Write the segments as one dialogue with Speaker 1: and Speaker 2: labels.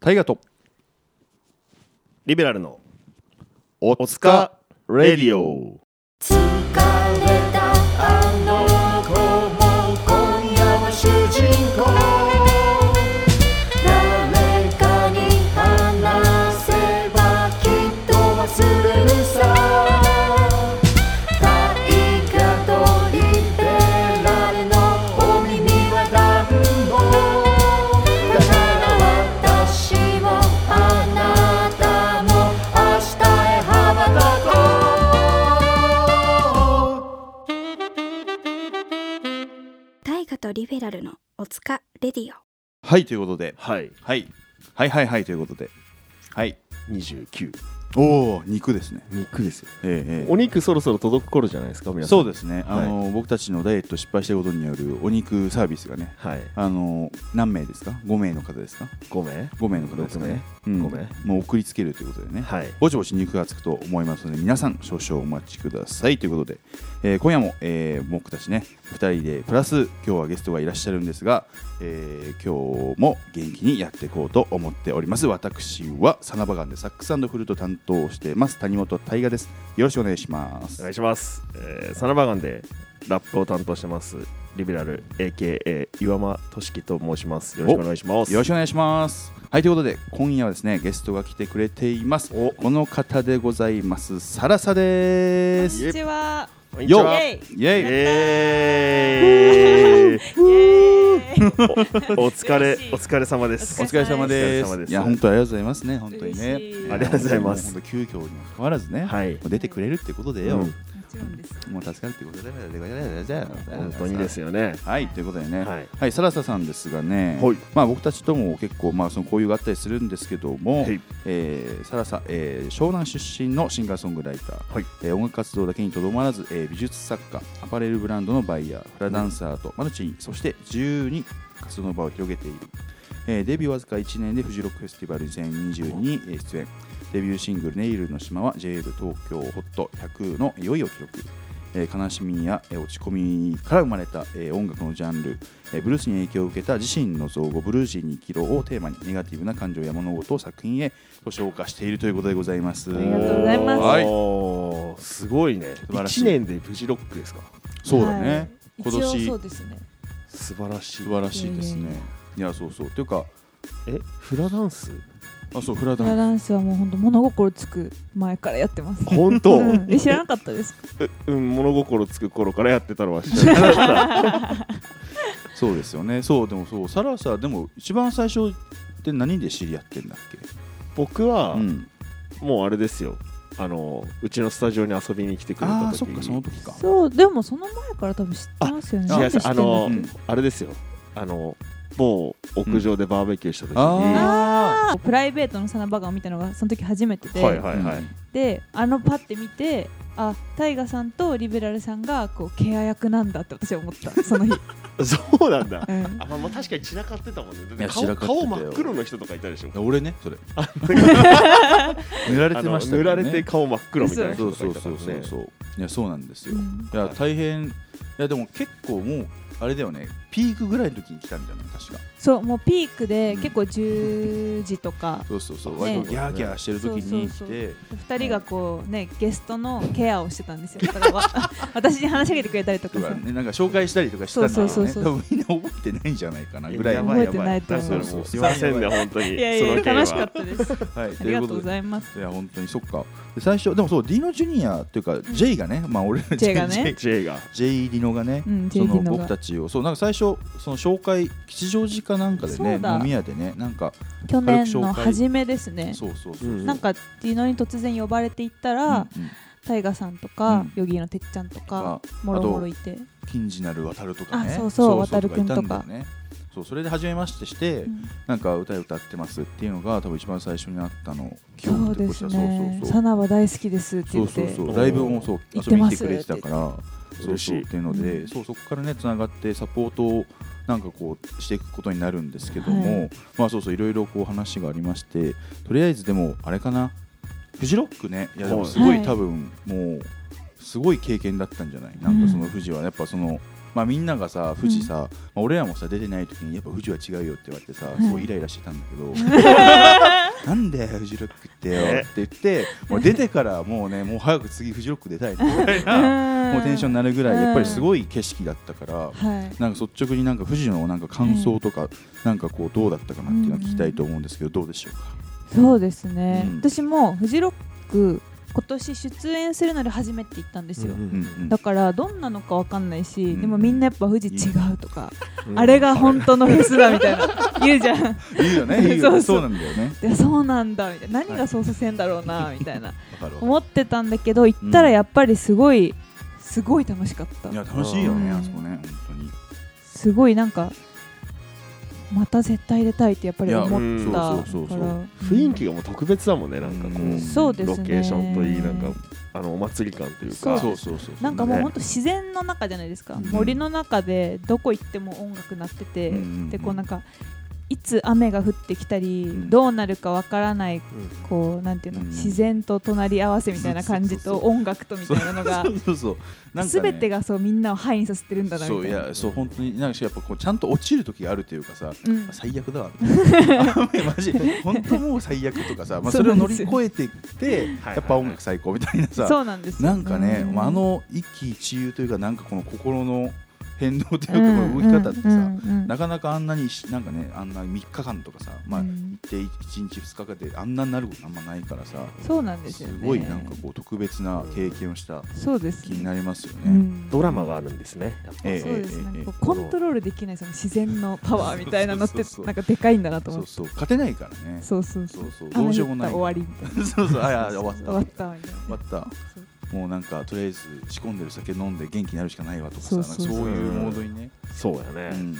Speaker 1: 大河と
Speaker 2: リベラルの
Speaker 1: お
Speaker 2: おつかレディオ
Speaker 3: 疲れたあの子も今夜は主人公誰かに話せばきっと忘れるさ大河とリベラルのお耳は暖房だから私もあなたも明日へ羽ばたこう
Speaker 4: 大河とリベラルのおつかレディオ
Speaker 1: はいということで、
Speaker 2: はい
Speaker 1: はい、はいはいはいということではい
Speaker 2: 29
Speaker 1: おお肉ですね
Speaker 2: 肉ですよ
Speaker 1: えええ
Speaker 2: お肉そろそろ届く頃じゃないですか皆
Speaker 1: え
Speaker 2: さん
Speaker 1: そう
Speaker 2: で
Speaker 1: ですね、あの僕たちのダイエット失敗したことによるお肉サービスがね
Speaker 2: すはい
Speaker 1: あの何名ですか5名の方ですか
Speaker 2: 5名
Speaker 1: 5名の方ですかね、うん、
Speaker 2: 六名五
Speaker 1: もう送りつけるということでね、
Speaker 2: はい
Speaker 1: ぼちぼち肉がつくと思いますので皆さん少々お待ちくださいということで、えー今夜も、えー僕たちね2人でプラス今日はゲストがいらっしゃるんですが、えー今日も元気にやっていこうと思っております私はサナバガンでサックスフルート担当しています谷本大我ですよろしくお願いします
Speaker 2: お願いします、えーサナバガンでラップを担当してますリベラル AKA 岩間俊樹と申しますよろしくお願いします
Speaker 1: よろしくお願いします。はいということで今夜はですねゲストが来てくれています。この方でございます。サラサで
Speaker 5: こん
Speaker 1: す。
Speaker 5: にちは。
Speaker 2: こんにちは
Speaker 1: よ
Speaker 5: イエイ
Speaker 1: イエイ。
Speaker 2: イエーイ
Speaker 5: イエーイ
Speaker 2: お疲れ
Speaker 5: 嬉しい
Speaker 2: お疲れ様です
Speaker 1: お疲れ様で。
Speaker 2: お疲れ様ですす
Speaker 1: いや本当ありがとうございますね本当にね。
Speaker 5: 嬉しい
Speaker 1: や
Speaker 2: ありがとうございます
Speaker 1: もう本当急遽にもかかわらずね。
Speaker 2: はい
Speaker 1: もう出てくれるってことでよ。
Speaker 2: うん
Speaker 5: もちろんです。
Speaker 1: もう助かるってことでよ。本
Speaker 2: 本当にですよね
Speaker 1: はいということでね、は
Speaker 2: はいい、
Speaker 1: サラサさんですがね、
Speaker 2: はい
Speaker 1: まあ、僕たちとも結構、まあ、その交流があったりするんですけども、
Speaker 2: はい
Speaker 1: えーサラサ、えー湘南出身のシンガーソングライター、
Speaker 2: はい
Speaker 1: えー音楽活動だけにとどまらず、えー美術作家アパレルブランドのバイヤーフラダンサーとマルチにそして自由に活動の場を広げている、えーデビューわずか1年でフジロックフェスティバル2020にえー出演デビューシングル「ネイルの島」は JL 東京ホット100のいよいよ記録えー悲しみや、えー落ち込みから生まれた、えー音楽のジャンル、えーブルースに影響を受けた自身の造語ブルージーに生きろをテーマにネガティブな感情や物事を作品へと消化しているということでございます
Speaker 2: あ
Speaker 5: りがとうございます
Speaker 1: はい
Speaker 2: おーすごいね
Speaker 1: 晴らしい
Speaker 2: 一年でフジロックですか
Speaker 1: そうだね、
Speaker 5: はい
Speaker 1: 今
Speaker 5: 一
Speaker 1: 年
Speaker 5: 応そうですね。
Speaker 2: 素晴らしい
Speaker 1: 素晴らしいですね
Speaker 5: いやいや
Speaker 1: い
Speaker 5: い
Speaker 1: やそうそうというか
Speaker 2: えフラダンス
Speaker 1: あそうフラ
Speaker 5: フ
Speaker 1: ダ
Speaker 5: ラ
Speaker 1: ン
Speaker 5: ダンスはもう本当物心つく前からやってます。
Speaker 2: 本当
Speaker 5: うんえ知らなかったですか。
Speaker 2: うん物心つく頃からやってたのは知らなかっ
Speaker 1: そうですよねそうでもそうサラさでも一番最初って何で知り合ってんだっけ
Speaker 2: た 僕は
Speaker 1: うん
Speaker 2: もうあれですよあのうちのスタジオに遊びに来てくれ
Speaker 1: あ
Speaker 2: た
Speaker 1: あそっ
Speaker 2: 時
Speaker 1: かその時か
Speaker 5: そうでもその前から多分知ってますよね。
Speaker 2: あ
Speaker 5: なんで知って
Speaker 2: 違う
Speaker 5: るの
Speaker 2: あの
Speaker 1: うん
Speaker 2: あれですよあの某屋上でバーベキューした時に、
Speaker 1: あ
Speaker 5: あープライベートのサナバガンを見たのがその時初めてで、
Speaker 2: はいはいはい、
Speaker 5: であのパって見てあタイガさんとリベラルさんがこうケア役なんだって私は思ったそ の日、
Speaker 2: そうなんだ
Speaker 5: うん
Speaker 2: あまあまあ確かに散らかってたもんねだっ
Speaker 1: い
Speaker 2: て
Speaker 1: や
Speaker 2: 顔
Speaker 1: 散らかってたよ
Speaker 2: 顔真っ黒の人とかいたでしょ
Speaker 1: いや俺ねそ れ塗られてました
Speaker 2: あの塗
Speaker 1: からね
Speaker 2: れて顔真っ黒みたいな
Speaker 1: そ
Speaker 2: 人
Speaker 1: う
Speaker 2: とか
Speaker 1: そ
Speaker 2: いうたか
Speaker 1: そ
Speaker 2: ら
Speaker 1: うそう
Speaker 2: ね
Speaker 1: そういやそうなんですよ、
Speaker 5: う
Speaker 1: い
Speaker 5: ん
Speaker 1: や大変いやでも結構もうあれだよねピークぐらいの時に来たんじゃない確か
Speaker 5: そうもうピークで
Speaker 1: うん
Speaker 5: 結構10時とか
Speaker 1: そうそうそう、
Speaker 5: ね
Speaker 1: 割とギャーギャーしてる時に来
Speaker 5: そうそう
Speaker 1: て
Speaker 5: 2人がこうねゲストのケアをしてたんですよだからわ私に話しかけてくれたりとか
Speaker 1: と
Speaker 5: さ
Speaker 1: かねなんか紹介したりとかしたんだろうね
Speaker 5: そうそうそうそう
Speaker 1: 多分みんな覚えてないんじゃないかなぐらい
Speaker 2: や
Speaker 1: の
Speaker 2: ばいやば
Speaker 5: 覚えてないと思
Speaker 2: だ
Speaker 5: う
Speaker 2: からもうす
Speaker 1: そ
Speaker 2: いう
Speaker 1: そう
Speaker 2: ませんね本当に
Speaker 5: いやいや
Speaker 2: その件は
Speaker 5: 楽しかったですあ
Speaker 1: はいと
Speaker 5: り
Speaker 1: い
Speaker 5: が
Speaker 1: う
Speaker 5: と
Speaker 1: こと
Speaker 5: うご
Speaker 1: で
Speaker 5: ざいます
Speaker 1: いや本当にそっかで最初でもそうディノジュニアっていうか J がねまあ俺ら
Speaker 5: J が ね
Speaker 2: J が
Speaker 1: J リノがね、
Speaker 5: うん
Speaker 1: そ
Speaker 5: J
Speaker 1: の
Speaker 5: リノ
Speaker 1: 僕
Speaker 5: が
Speaker 1: たちをそうなんか最初その紹介吉祥寺かなんかで
Speaker 5: そ
Speaker 1: ね
Speaker 5: うだ
Speaker 1: 飲み屋でねなんか
Speaker 5: 去年
Speaker 1: 軽く紹
Speaker 5: の
Speaker 1: 介
Speaker 5: 初めですね
Speaker 1: そうそうそう、
Speaker 2: うん
Speaker 5: なんかディノに突然呼ばれていったら、
Speaker 1: うんうん
Speaker 5: タイガさんと
Speaker 1: う
Speaker 5: か、
Speaker 1: ん
Speaker 5: ヨギーのてっちゃんとか、
Speaker 1: とか
Speaker 5: もろもろいて、
Speaker 1: 金次なる渡るとかね
Speaker 5: あそうそう
Speaker 1: と
Speaker 5: 渡るくんとか
Speaker 1: いただよねそうそれで初めましてして、
Speaker 5: うん
Speaker 1: なんか歌歌ってますっていうのが多分一番最初にあったの記憶
Speaker 5: そうです
Speaker 1: としては
Speaker 5: ね
Speaker 1: そうそ
Speaker 5: サ
Speaker 1: う
Speaker 5: ナは大好きですって
Speaker 1: そ
Speaker 5: 言
Speaker 1: う
Speaker 5: って
Speaker 1: そうそう
Speaker 2: おー
Speaker 1: ライブもそう
Speaker 5: 行っ
Speaker 1: 遊
Speaker 5: て
Speaker 1: びに
Speaker 5: ま
Speaker 1: 来
Speaker 5: す
Speaker 1: てくれてたからそう
Speaker 2: 嬉
Speaker 1: そ
Speaker 2: し
Speaker 1: うっ
Speaker 2: い
Speaker 1: ていうので、
Speaker 5: うん
Speaker 1: そうそこからねつながってサポートをなんかこうしていくことになるんですけども、
Speaker 5: は
Speaker 1: まあそうそういろいろこう話がありましてとりあえずでもあれかなフジロックねいやでもすご
Speaker 5: はいい
Speaker 1: 多分もうすごい経験だったんじゃないなんかその富士はやっぱその、まあ、みんながさ富士さ、まあ俺らもさ出てない時にやっぱ富士は違うよって言われてさ、
Speaker 5: い
Speaker 1: すごいイライラしてたんだけど、 んだよフジロックってよって言ってもう出てからもうねもう早く次フジロック出たいみたいなもうテンションになるぐらいやっぱりすごい景色だったから
Speaker 5: はい
Speaker 1: なんか率直になんか富士のなんか感想とか、なんかこうどうだったかなっていうのを聞きたいと思うんですけど、どうでしょうか。
Speaker 5: そうですね、
Speaker 1: うん
Speaker 5: 私もフジロック今年出演するので初めて行ったんですよ、
Speaker 1: うん
Speaker 5: だからどんなのかわかんないし、
Speaker 1: ん
Speaker 5: でもみんなやっぱ富士違うとか、あれが本当のフェスだみたいな言うじゃん
Speaker 1: うん、いいよ ね、いいよね
Speaker 5: そう
Speaker 1: そ
Speaker 5: そう
Speaker 1: うなんだよね。
Speaker 5: でそうなんだみたいな何がそうさせんだろうなみたいな
Speaker 1: わかるわかる
Speaker 5: 思ってたんだけど行ったらやっぱりすごいすごい楽しかった
Speaker 1: いや楽しいよね、
Speaker 5: うん
Speaker 1: あそこね、本
Speaker 5: すごいなんかまた絶対出たいってやっぱ
Speaker 1: 当に。い
Speaker 5: り
Speaker 1: や、
Speaker 5: 思っ
Speaker 2: 思った
Speaker 5: た
Speaker 1: そうそう
Speaker 5: か
Speaker 1: そう
Speaker 5: ら
Speaker 1: そう。
Speaker 2: 雰囲気がもう特別だもんねなんかこう、
Speaker 1: うん
Speaker 5: そうですね
Speaker 2: ロケーションといいなんかあのお祭り感という
Speaker 5: そ
Speaker 2: か
Speaker 5: う
Speaker 1: そうそうそう。
Speaker 5: なんかもう
Speaker 2: ね
Speaker 5: ほんと自然の中じゃないですか、
Speaker 1: うん
Speaker 5: 森の中でどこ行っても音楽鳴ってて、
Speaker 1: うんうんうん
Speaker 5: でこうなんかいつ雨が降ってきたり、
Speaker 1: ん
Speaker 5: どうなるかわからない
Speaker 2: うん
Speaker 5: こうなんていうの、
Speaker 1: うん
Speaker 5: 自然と隣り合わせみたいな感じ
Speaker 1: そうそ
Speaker 5: と
Speaker 1: うそう
Speaker 5: 音楽とみたいなのが
Speaker 1: そうそうそう。なんか
Speaker 5: す
Speaker 1: ね
Speaker 5: べてがそうみんなをハイにさせてるんだな
Speaker 1: そ
Speaker 5: み
Speaker 1: う
Speaker 5: た
Speaker 1: い
Speaker 5: いな。
Speaker 1: やそう本当になんかやっぱこうちゃんと落ちる時があるというかさ。
Speaker 5: うん
Speaker 1: 最悪 だわみたいな雨マジ本当もう最悪とかさ、まあ、それを乗り越えてって
Speaker 2: はい
Speaker 1: やっぱ音楽最高みたいなさ
Speaker 5: そうなんですよ
Speaker 1: なんかね、
Speaker 5: うん
Speaker 1: まああの一喜一憂というかなんかこの心の変動というかこ
Speaker 5: うん
Speaker 1: の動き方ってさ、
Speaker 5: うんうん
Speaker 1: なかなかあんなにしなんかねあんな3日間とかさまあ
Speaker 5: う
Speaker 1: 行
Speaker 5: ん
Speaker 1: って1日2日かであんなになることあんまないからさ
Speaker 5: そうなんです
Speaker 1: す
Speaker 5: よ、ね、
Speaker 1: ごいなんかこう特別な経験をした
Speaker 5: そうです
Speaker 1: 気になりますよね。
Speaker 5: うん
Speaker 2: ドラマがあるんですねやっぱ
Speaker 1: ええ
Speaker 5: そうです
Speaker 1: ええ
Speaker 5: ね、こう
Speaker 1: え
Speaker 5: コントロールできないその自然のパワーみたいなのって
Speaker 1: そうそうそうそう
Speaker 5: なんかでかいんだなと
Speaker 1: そ
Speaker 5: 思っ
Speaker 1: う
Speaker 5: て
Speaker 1: そう勝てないからね。
Speaker 5: そうそう
Speaker 1: そうそうど
Speaker 5: 雨
Speaker 1: うしよう
Speaker 5: 降
Speaker 1: も
Speaker 5: っ
Speaker 1: な
Speaker 5: た
Speaker 1: い。
Speaker 5: 終わりみたい な
Speaker 1: そうそうあいや終わった
Speaker 5: 終わったみたいな
Speaker 1: 終わった。
Speaker 5: そう
Speaker 1: もうなんかとりあえず仕込んでる酒飲んで元気になるしかないわとかさ
Speaker 5: そ
Speaker 1: なん
Speaker 5: う
Speaker 1: か
Speaker 5: そう
Speaker 1: そう
Speaker 5: そう
Speaker 1: いうモードにね。
Speaker 2: そうや
Speaker 1: う
Speaker 2: ね、
Speaker 1: ん、い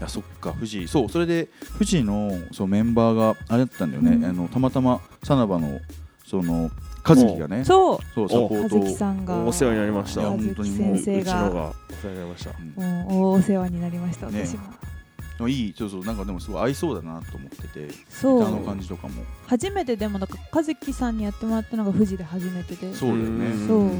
Speaker 1: やそっか富士そうそれで富士のそうメンバーがあれだったんだよね、
Speaker 5: うん
Speaker 1: あのたまたまさなばのその和樹がね
Speaker 5: そう
Speaker 1: そうサポ
Speaker 5: 葉
Speaker 1: ート
Speaker 5: 月
Speaker 1: を
Speaker 5: さんが
Speaker 2: お世話になりまし
Speaker 1: い
Speaker 2: た
Speaker 1: や
Speaker 5: 葉
Speaker 1: 本当に
Speaker 5: 月
Speaker 1: もう
Speaker 5: 先生
Speaker 2: うちの
Speaker 5: が
Speaker 2: がお世話になりました
Speaker 5: もう大お世話になりました
Speaker 1: ね
Speaker 5: 私も
Speaker 1: のいいそうそうなんかでもすごい合いそうだなと思ってて歌
Speaker 5: そ
Speaker 1: の
Speaker 5: う
Speaker 1: 感じとかも
Speaker 5: 初めてでもなんか和樹さんにやってもらったのが富士で初めてで
Speaker 1: そうだよね
Speaker 2: ん
Speaker 5: そう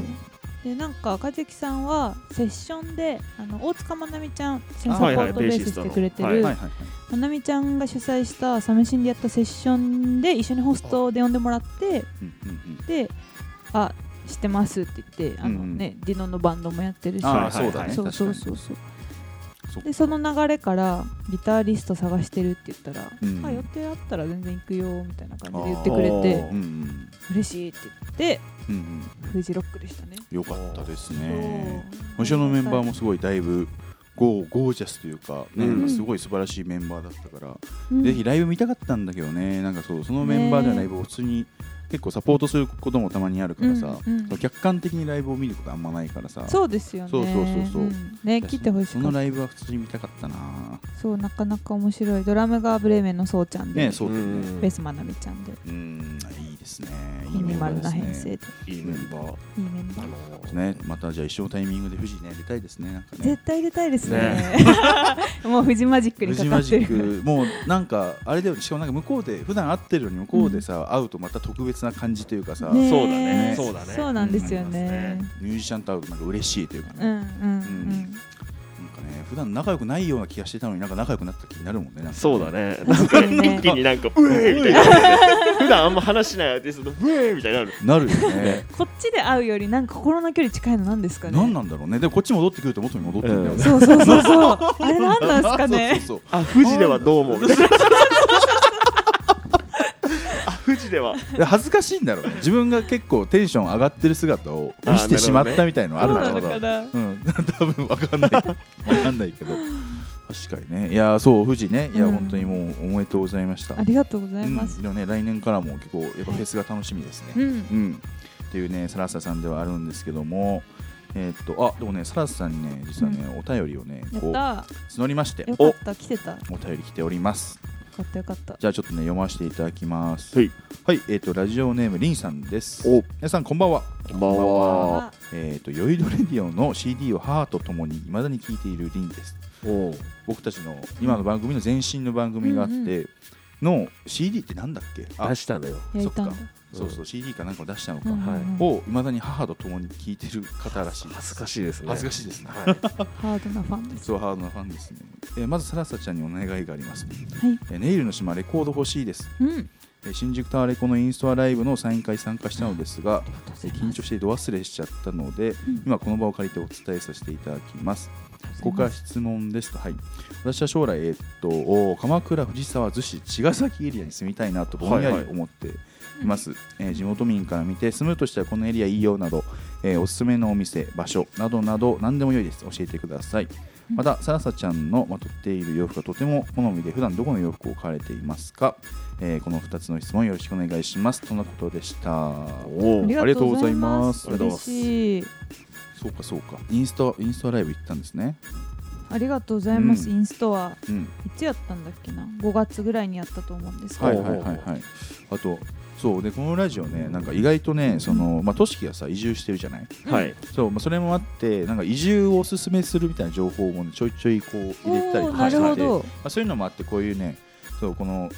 Speaker 5: でなんか和樹さんはセッションであの大塚まなみちゃん先
Speaker 1: あ
Speaker 5: サポ
Speaker 1: はいはい
Speaker 5: ートベースしてくれて
Speaker 2: ベーシストの
Speaker 5: る
Speaker 2: ん
Speaker 1: はいはいはい
Speaker 5: まなみちゃんが主催したサメシンでやったセッションで一緒にホストで呼んでもらって
Speaker 1: うんうんうん
Speaker 5: で「あ知ってます」って言ってあの、ねディノのバンドもやってるし
Speaker 1: あ
Speaker 2: はい
Speaker 1: あ
Speaker 2: はい
Speaker 1: そ
Speaker 2: は
Speaker 1: う
Speaker 2: い
Speaker 1: だね
Speaker 5: そうそう
Speaker 1: 確か
Speaker 5: そうそう
Speaker 1: にそう
Speaker 5: でその流れからギタリスト探してるって言ったら「
Speaker 1: うん
Speaker 5: あ予定あったら全然行くよ」みたいな感じで言ってくれて
Speaker 1: うんうん
Speaker 5: 「嬉しい」って言って
Speaker 1: うんうん
Speaker 5: フジロックでしたね。
Speaker 1: よかったですね
Speaker 5: そう
Speaker 1: 後ろのメンバーもすごいだいぶゴーゴージャスというか、ね
Speaker 2: うん
Speaker 1: なんかすごい素晴らしいメンバーだったから、
Speaker 5: うん
Speaker 1: ぜひライブ見たかったんだけどねなんかそうそのメンバーではライブを普通に結構サポートすることもたまにあるからさ、
Speaker 5: うんうん
Speaker 1: そう客観的にライブを見ることあんまないからさ
Speaker 5: そうですよね。
Speaker 1: そうそうそうそうん
Speaker 5: ね来てほし
Speaker 1: そ
Speaker 5: か
Speaker 1: の
Speaker 5: った。
Speaker 1: ライブは普通に見たかったな
Speaker 5: そうなかなか面白いドラムがブレーメンのそうちゃんで、
Speaker 1: ねそうだよね
Speaker 5: ベースまなみちゃんで
Speaker 1: うんいいですねい
Speaker 5: ミ
Speaker 1: いメ
Speaker 5: ニ
Speaker 1: ン
Speaker 5: マ
Speaker 1: バー
Speaker 5: ル
Speaker 1: で
Speaker 5: な
Speaker 1: す
Speaker 5: 編成
Speaker 1: ね
Speaker 5: で
Speaker 2: いいメンバー
Speaker 5: いいメンバ
Speaker 2: あ
Speaker 5: ー。
Speaker 2: のー
Speaker 1: ねまたじゃあ一緒のタイミングで富士ね出たいですねなんかね
Speaker 5: 絶対出たいですね。
Speaker 2: ね
Speaker 5: もうフジマジック
Speaker 1: フ
Speaker 5: にか
Speaker 1: ジ
Speaker 5: か
Speaker 1: マ
Speaker 5: っ
Speaker 1: ジ
Speaker 5: てる。
Speaker 1: ックもうなんかあれだよねしかもなんか向こうで普段会ってるのに向こうでさ、会うとまた特別な感じというかさ、
Speaker 5: ね
Speaker 2: そうだね
Speaker 5: ね
Speaker 2: そうだね
Speaker 5: そうなんですよね。
Speaker 1: ミュージシャンと会うとなんか嬉しいというかね、
Speaker 5: うんうん
Speaker 1: んなんかね普段仲良くないような気がしてたのになんか仲良くなった気になるもんねなんか
Speaker 2: そうだね。なん
Speaker 5: 確
Speaker 2: か
Speaker 5: かにね
Speaker 2: 一気になんか、うえーみたいになる。普段あんま話しないアーティストの、うえーみたいになる。
Speaker 1: なるよね
Speaker 5: うん。こっちで会うよりなんか心の距離近いのなんですかね。
Speaker 1: 何なんだろうねでもこっち戻ってくると元に戻ってるんだよね、
Speaker 5: そうそうそうそう。あれなんなんです かね。
Speaker 1: そうそう
Speaker 2: あ、富士ではどう思うみたいな あ、富士では。
Speaker 1: そうで恥ずかしいんだろうね自分が結構テンション上がってる姿を見せてしまったみたいのあ
Speaker 5: そ
Speaker 1: る
Speaker 5: う
Speaker 1: だろう
Speaker 5: んなのかな。
Speaker 1: うん、 多分わかんないわかんないけど確かにねいやそう富士ねいや、
Speaker 5: うん
Speaker 1: 本当にもうおめでとうございました
Speaker 5: ありがとうござい
Speaker 1: うん
Speaker 5: ます。
Speaker 1: でもね来年からも結構やっぱフェスが楽しみですね、
Speaker 5: うん
Speaker 1: うん、っていうねサラッサさんではあるんですけどもえーっとあでもねサラッサさんにね実はね、お便りをね
Speaker 5: や
Speaker 1: こ
Speaker 5: っ
Speaker 1: う
Speaker 5: た。
Speaker 1: 募りまして
Speaker 5: よか
Speaker 1: お
Speaker 5: った。来てた。よ
Speaker 1: お便り来ております
Speaker 5: かったよかった。
Speaker 1: じゃあちょっとね読ませていただきます
Speaker 2: はい、
Speaker 1: はいえーっとラジオネームりんさんです
Speaker 2: お
Speaker 1: 皆さんこんばんは
Speaker 2: こんばんは。
Speaker 5: あ
Speaker 1: えーっとよいどレディオの CD を母と共に未だに聴いているりんです
Speaker 2: おう
Speaker 1: 僕たちの今の番組の前身の番組があって、
Speaker 5: うん
Speaker 1: の CD ってなんだっけあ
Speaker 2: 出したのよ。
Speaker 5: 焼いたんだ
Speaker 1: そっ。そうそう CD かなんかを出したのか、
Speaker 5: うんうん
Speaker 2: は
Speaker 5: うん
Speaker 1: をいまだに母と共に聴いてる方らしいです
Speaker 2: 恥ずかしいですね。
Speaker 1: 恥ずかしいですね
Speaker 2: はい。
Speaker 5: ハードなファンです。
Speaker 1: そうハードなファンですね、えーまずサラサちゃんにお願いがあります、
Speaker 5: はい。
Speaker 1: えーネイルの島レコード欲しいです
Speaker 5: うん。
Speaker 1: えー新宿タワレコのインストアライブのサイン会参加したのですが
Speaker 5: ありがとうご
Speaker 1: え
Speaker 5: ざい
Speaker 1: ー
Speaker 5: ます
Speaker 1: 緊張して度忘れしちゃったので、
Speaker 5: ん
Speaker 1: 今この場を借りてお伝えさせていただきますここから質問ですと、はい、私は将来、えーっとお鎌倉、藤沢、逗子、茅ヶ崎エリアに住みたいなとぼんやり
Speaker 2: はいはい
Speaker 1: 思っています、えー地元民から見て住むとしたらこのエリアいいよなど、えーおすすめのお店、場所などなど何でも良いです教えてください
Speaker 5: うん
Speaker 1: また、サラサちゃんのまとっている洋服がとても好みで普段どこの洋服を買われていますか、えーこの2つの質問よろしくお願いしますとのことでした
Speaker 2: お
Speaker 5: あ
Speaker 2: お
Speaker 5: りがとうございま
Speaker 1: あ
Speaker 5: す
Speaker 1: りがとうございま
Speaker 5: 嬉
Speaker 1: す
Speaker 5: しい
Speaker 1: そうかそうかインスタインスタライブ行ったんですね
Speaker 5: ありがとうございます、
Speaker 1: うん
Speaker 5: インストア
Speaker 1: うん
Speaker 5: いつやったんだっけな5月ぐらいにやったと思うんですけど、
Speaker 1: はいはいはいはい。あとそうでこのラジオねなんか意外とねそのまあ都市がさ移住してるじゃない。
Speaker 2: はい
Speaker 1: そうまあそれもあってなんか移住をおすすめするみたいな情報もね、ちょいちょいこう入れたり
Speaker 5: お
Speaker 1: と
Speaker 5: ー
Speaker 1: か
Speaker 5: な
Speaker 1: してて、
Speaker 5: るほ
Speaker 1: ま
Speaker 5: ど、
Speaker 1: あそういうのもあってこういうねそうこの、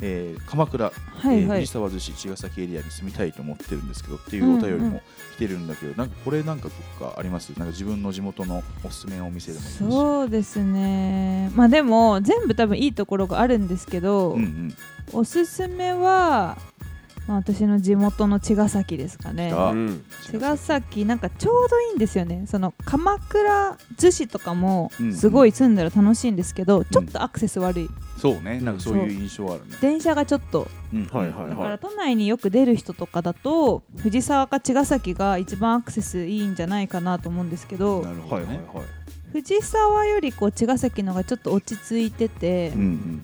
Speaker 1: えー鎌倉、
Speaker 5: はいは
Speaker 1: えー
Speaker 5: い、
Speaker 1: 藤沢寿司茅ヶ崎エリアに住みたいと思ってるんですけどっていうお便りも来てるんだけど、なんかこれなんかどっかありますなんか自分の地元のおすすめのお店でもいいですし。
Speaker 5: そうですねまあでも全部多分いいところがあるんですけど、
Speaker 1: うんうん。
Speaker 5: おすすめは、まあ、私の地元の茅ヶ崎ですかね
Speaker 1: 来た
Speaker 2: うん
Speaker 5: 茅ヶ崎なんかちょうどいいんですよねその鎌倉逗子とかも
Speaker 1: うん
Speaker 5: すごい住んだら楽しいんですけど、ちょっとアクセス悪い
Speaker 1: そうねなんかそういう印象はあるね。
Speaker 5: 電車がちょっと
Speaker 1: うん
Speaker 2: はいはい
Speaker 5: だか
Speaker 2: は
Speaker 5: ら都内によく出る人とかだと藤沢か茅ヶ崎が一番アクセスいいんじゃないかなと思うんですけど
Speaker 1: なる
Speaker 2: い
Speaker 1: ほ
Speaker 2: は
Speaker 1: ど
Speaker 2: いはい
Speaker 1: ね。
Speaker 2: はい
Speaker 5: 藤沢よりこう茅ヶ崎のがちょっと落ち着いてて
Speaker 1: うん、うん